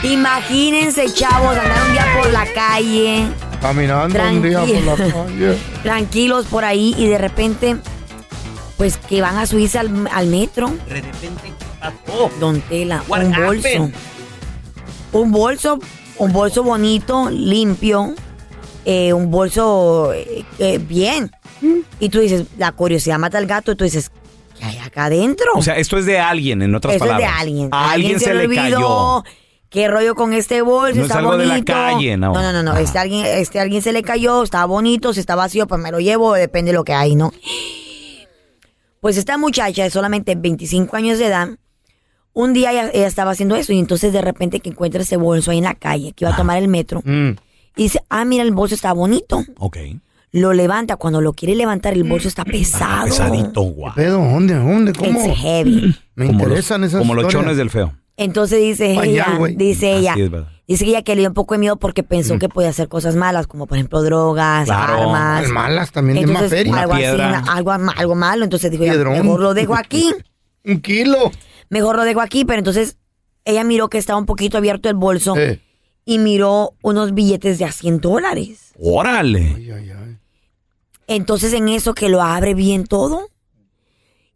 Imagínense, chavos, andar un día por la calle, Caminando un día por la Tranquilo. calle. tranquilos por ahí, y de repente, pues que van a subirse al, al metro. De repente, Don Tela, What un happened? bolso. Un bolso, un bolso bonito, limpio, eh, un bolso eh, eh, bien. Mm. Y tú dices, la curiosidad mata al gato, y tú dices, ¿qué hay acá adentro? O sea, esto es de alguien, en otras Eso palabras. es de alguien. A alguien se, le olvidó. cayó. ¿Qué rollo con este bolso? No es está algo de bonito. la calle, no. No, no, no. no. Este, alguien, este alguien se le cayó, está bonito, si está vacío, pues me lo llevo, depende de lo que hay, ¿no? Pues esta muchacha de solamente 25 años de edad, un día ella, ella estaba haciendo eso y entonces de repente que encuentra ese bolso ahí en la calle, que iba a tomar el metro, y dice, ah, mira, el bolso está bonito. Ah, mm. Ok. Lo levanta, cuando lo quiere levantar, el bolso está pesado. Pesadito, guau. (laughs) Pero, ¿dónde, (laughs) dónde, cómo? It's heavy. Me Como interesan los, esas Como los historias. chones del Feo. Entonces dice Pañal, ella, güey. dice ella, Así es, ¿verdad? dice ella que le dio un poco de miedo porque pensó que podía hacer cosas malas, como por ejemplo drogas, Claro. armas. Las malas también de Entonces, más feria. Algo, Una así, piedra. una- algo, ama- algo malo. Entonces dijo, ella, Piedrón. mejor lo dejo aquí. (laughs) un kilo. Mejor lo dejo aquí, pero entonces ella miró que estaba un poquito abierto el bolso y miró unos billetes de a 100 dólares. ¡Órale! Entonces en eso que lo abre bien todo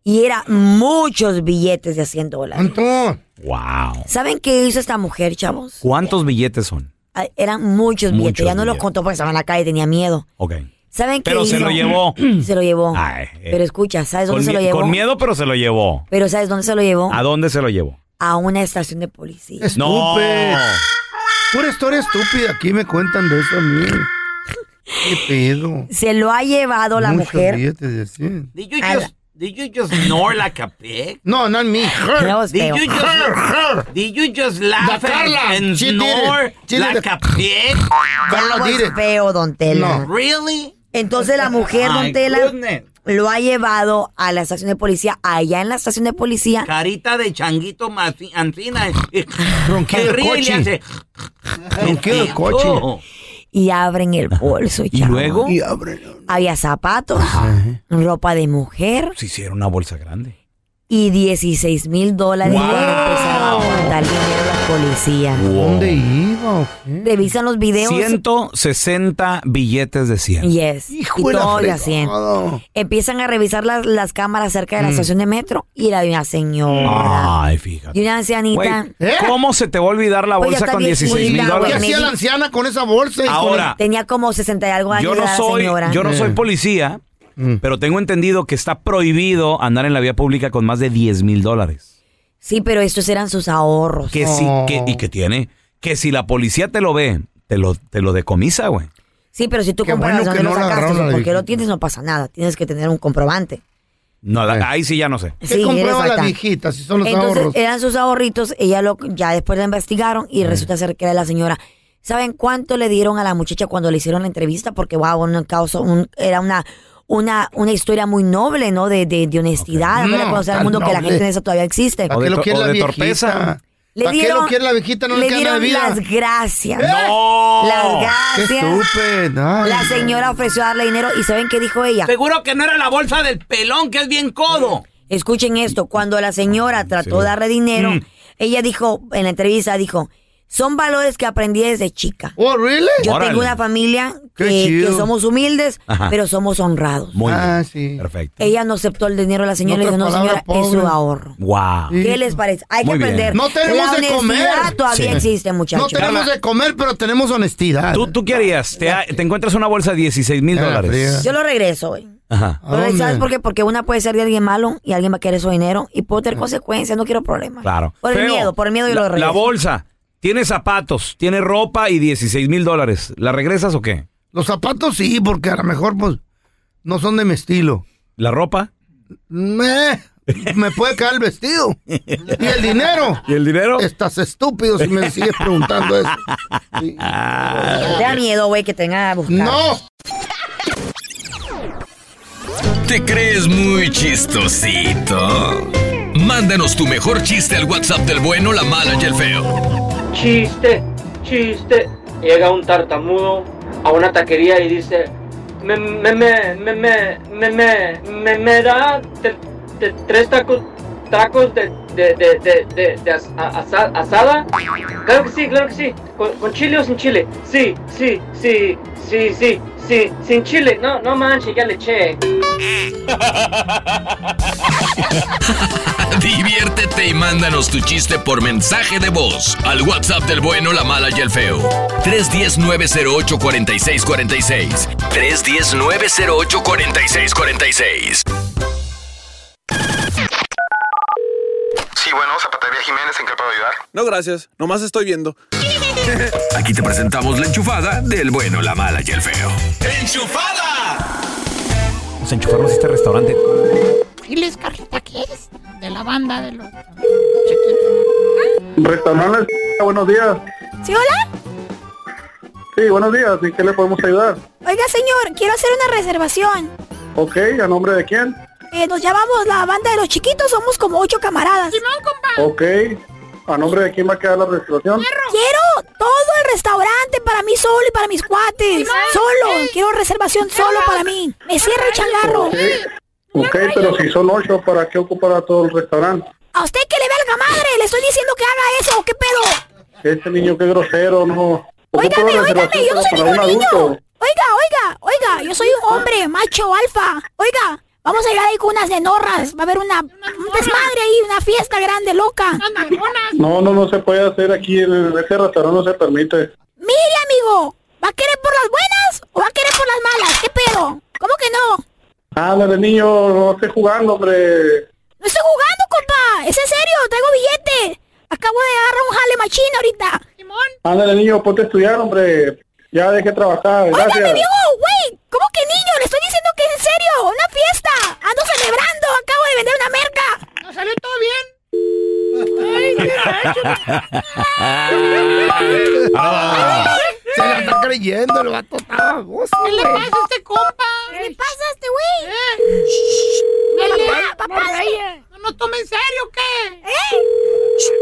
y era muchos billetes de a 100 dólares. ¡Wow! ¿Saben qué hizo esta mujer, chavos? ¿Cuántos billetes son? Ah, Eran muchos billetes, Muchos ya no los billetes. contó porque estaba en la calle, tenía miedo. Ok. ¿Saben qué Pero hizo? se lo llevó. (clears throat) Se lo llevó. Ay, eh. Pero escucha, ¿sabes Con, dónde se lo mie- Ah. llevó? con miedo, pero se lo llevó. Pero ¿sabes dónde se lo llevó? ¿A dónde se lo llevó? A una estación de policía. No. Pura historia estúpida. Aquí me cuentan de eso a mí. ¿Qué pedo? Se lo ha llevado la Muchos mujer. billetes de 100. Did you just, did you just snore like a pig? No, not me. Her. That was Did feo. you just- her, her. Did you just laugh The and, Carla, and she did it. snore She did like it. a pig? Carla did it. feo, don Tela. No. Really? Entonces la mujer, My don Tela, goodness. lo ha llevado a la estación de policía. Allá en la estación de policía, Carita de changuito masi- ancina. Ronquido Se ríe y le cochi. hace... Ronquido de coche. y abren el bolso. ¿Y luego? Y abren. Había zapatos, ropa de mujer Se hicieron una bolsa grande. y 16 mil dólares que empezaron a contar dinero a la policía. ¿Dónde iba o qué? Revisan los videos. 160 billetes de 100. Yes. Hijo de y la todo de fregada. a 100. Empiezan a revisar las, las cámaras cerca de la Mm. estación de metro y la de una señora. Ay, fíjate. Y una ancianita. Güey, ¿Eh? ¿Cómo se te va a olvidar la Oye, bolsa está con bien 16 mil cuidada, güey, dólares? me di- anciana con esa bolsa? y con Ahora. el- Tenía como 60 y algo años Yo no de edad, soy, señora. yo no soy policía, pero tengo entendido que está prohibido andar en la vía pública con más de 10 mil dólares. Sí, pero estos eran sus ahorros. Que sí, que, y que tiene, que si la policía te lo ve, te lo, te lo decomisa, güey. Sí, pero si tú Qué compras bueno dónde que lo no la sacaste, agarraron a la porque lo tienes, no pasa nada. Tienes que tener un comprobante. No, la- ahí sí ya no sé. Sí, eres comprueba la falta. viejita si son los Entonces, ahorros? eran sus ahorritos, ella lo, ya después la investigaron y resulta ser que era la señora. ¿Saben cuánto le dieron a la muchacha cuando le hicieron la entrevista? Porque, wow, un caso, un- era una, una, una historia muy noble, ¿no? De, de, de honestidad, Ok. darle a No, conocer al tan mundo que la noble. gente en eso todavía existe. ¿Para qué lo quiere la viejita? Le ¿Para qué dieron- lo quiere la viejita? No le, queda dieron nada de vida. las gracias. ¡No! Las ¡Oh! ¡Qué gracias. estúpido! Ay. La señora ofreció darle dinero y ¿saben qué dijo ella? Seguro que no era la bolsa del pelón, que es bien codo. Escuchen esto, cuando la señora trató de darle dinero, Mm. ella dijo, en la entrevista dijo, son valores que aprendí desde chica. Yo Oh, Órale. tengo una familia Qué que, chido. que somos humildes, Ajá. pero somos honrados. Muy Ah, bien. Perfecto. Ella no aceptó el dinero de la señora y le dijo, no señora, es su ahorro. Wow. ¿Qué les parece? Hay Muy que bien. aprender. No tenemos la de comer. honestidad todavía Sí. existe, muchachos. No tenemos de comer, pero tenemos honestidad. ¿Tú, ¿Tú qué harías? Te, te encuentras una bolsa de 16 mil dólares. Yo lo regreso, güey. Ajá. Lo regreso, ¿Sabes por qué? Porque una puede ser de alguien malo y alguien va a querer su dinero y puedo tener consecuencias, no quiero problemas. Claro. Por el Feo. miedo, por el miedo yo La- lo regreso. La bolsa. Tiene zapatos, tiene ropa y 16 mil dólares. ¿La regresas o qué? Los zapatos sí, porque a lo mejor pues no son de mi estilo. ¿La ropa? Me, me puede caer el (laughs) vestido. (laughs) ¿Y el dinero? ¿Y el dinero? Estás estúpido si me sigues preguntando (laughs) eso. Te da miedo, güey, que tenga buscar. Ah, ¡No! ¿Te crees muy chistosito? Mándanos tu mejor chiste al WhatsApp del bueno, la mala y el feo. Chiste, chiste. Llega un tartamudo a una taquería y dice, me, me, me, me, me, me, me, me, me da tre- tre- tres tacos, tacos de, de, de, de, de- de as- a- asa- asada. Claro que sí, claro que sí. Con, con chile o sin chile. Sí, sí, sí, sí, sí, sí, sin chile. No, no manches, ya le eché. Diviértete y mándanos tu chiste por mensaje de voz al WhatsApp del bueno, la mala y el feo. 310-908-4646. 310-908-4646. Sí, bueno, Zapatería Jiménez, ¿en qué puedo ayudar? No, gracias. Nomás estoy viendo. Aquí te presentamos la enchufada del bueno, la mala y el feo. ¡Enchufada! Vamos a enchufarnos a este restaurante. Diles, Carlita, ¿qué es? De la banda de los... Restaurante, (laughs) buenos días. ¿Sí, hola? Sí, buenos días. ¿En qué le podemos ayudar? Oiga, señor, quiero hacer una reservación. Ok, ¿a nombre de quién? Eh, nos llamamos la banda de los chiquitos, somos como ocho camaradas. Ok, ¿a nombre de quién va a quedar la reservación? Quiero todo el restaurante para mí solo y para mis cuates. Solo, quiero reservación solo para mí. Me cierro el changarro. Ok, pero si son ocho, ¿para qué ocupar a todo el restaurante? A usted que le vea valga madre! ¡Le estoy diciendo que haga eso! ¿Qué pedo? Ese Este niño qué grosero, no. Óigame, óigame, yo no soy para un ningún niño. adulto. Oiga, oiga, oiga, yo soy un hombre, macho, alfa. Oiga, vamos a ir ahí con unas nenorras. Va a haber una, un desmadre ahí, una fiesta grande, loca. No, no, no se puede hacer aquí. el- Ese restaurante no se permite. Mire, amigo, ¿va a querer por las buenas o va a querer por las malas? ¿Qué pedo? ¿Cómo que no? Ándale, niño, no esté jugando, hombre. No estoy jugando, compa. Es en serio, traigo billete. Acabo de agarrar un jale machín ahorita. Ándale, niño, ponte a estudiar, hombre. Ya deje trabajar, Óigame, gracias. viejo, güey. ¿Cómo que niño? Le estoy diciendo que es en serio. Una fiesta. Ando celebrando. Acabo de vender una merca. ¿No salió todo bien? Ah, Se la está creyendo, el vato está baboso. ¿Qué le güey. pasa a este compa? ¿Qué le pasa a este güey? ¿Eh? Dile, papá, no, dale. no nos toma en serio, o ¿qué? ¿Eh?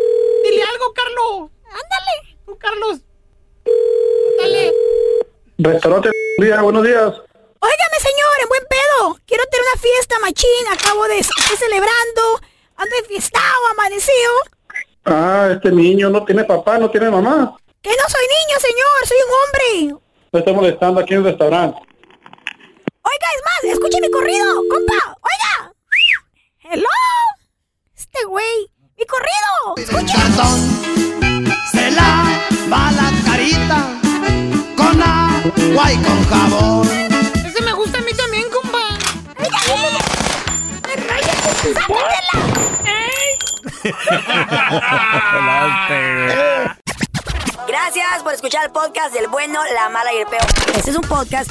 Dile algo, Carlos. Ándale. Tú, Carlos. Ándale. Restaurante, día, buenos días. Óigame, señor, en buen pedo. Quiero tener una fiesta, machín. Acabo de estar celebrando. Ando enfiestado, amanecido. Ah, este niño no tiene papá, no tiene mamá. Que no soy niño, señor. Soy un hombre. No está molestando aquí en el restaurante. Oiga, es más, escuche mi corrido, compa. Oiga. Hello. Este güey. Mi corrido. Escuche. Se lava la carita con agua y con jabón. Ese me gusta a mí también, compa. eh, ¿eh? Gracias por escuchar el podcast del bueno, la mala y el peor. Este es un podcast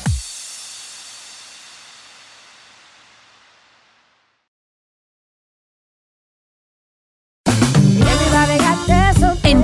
En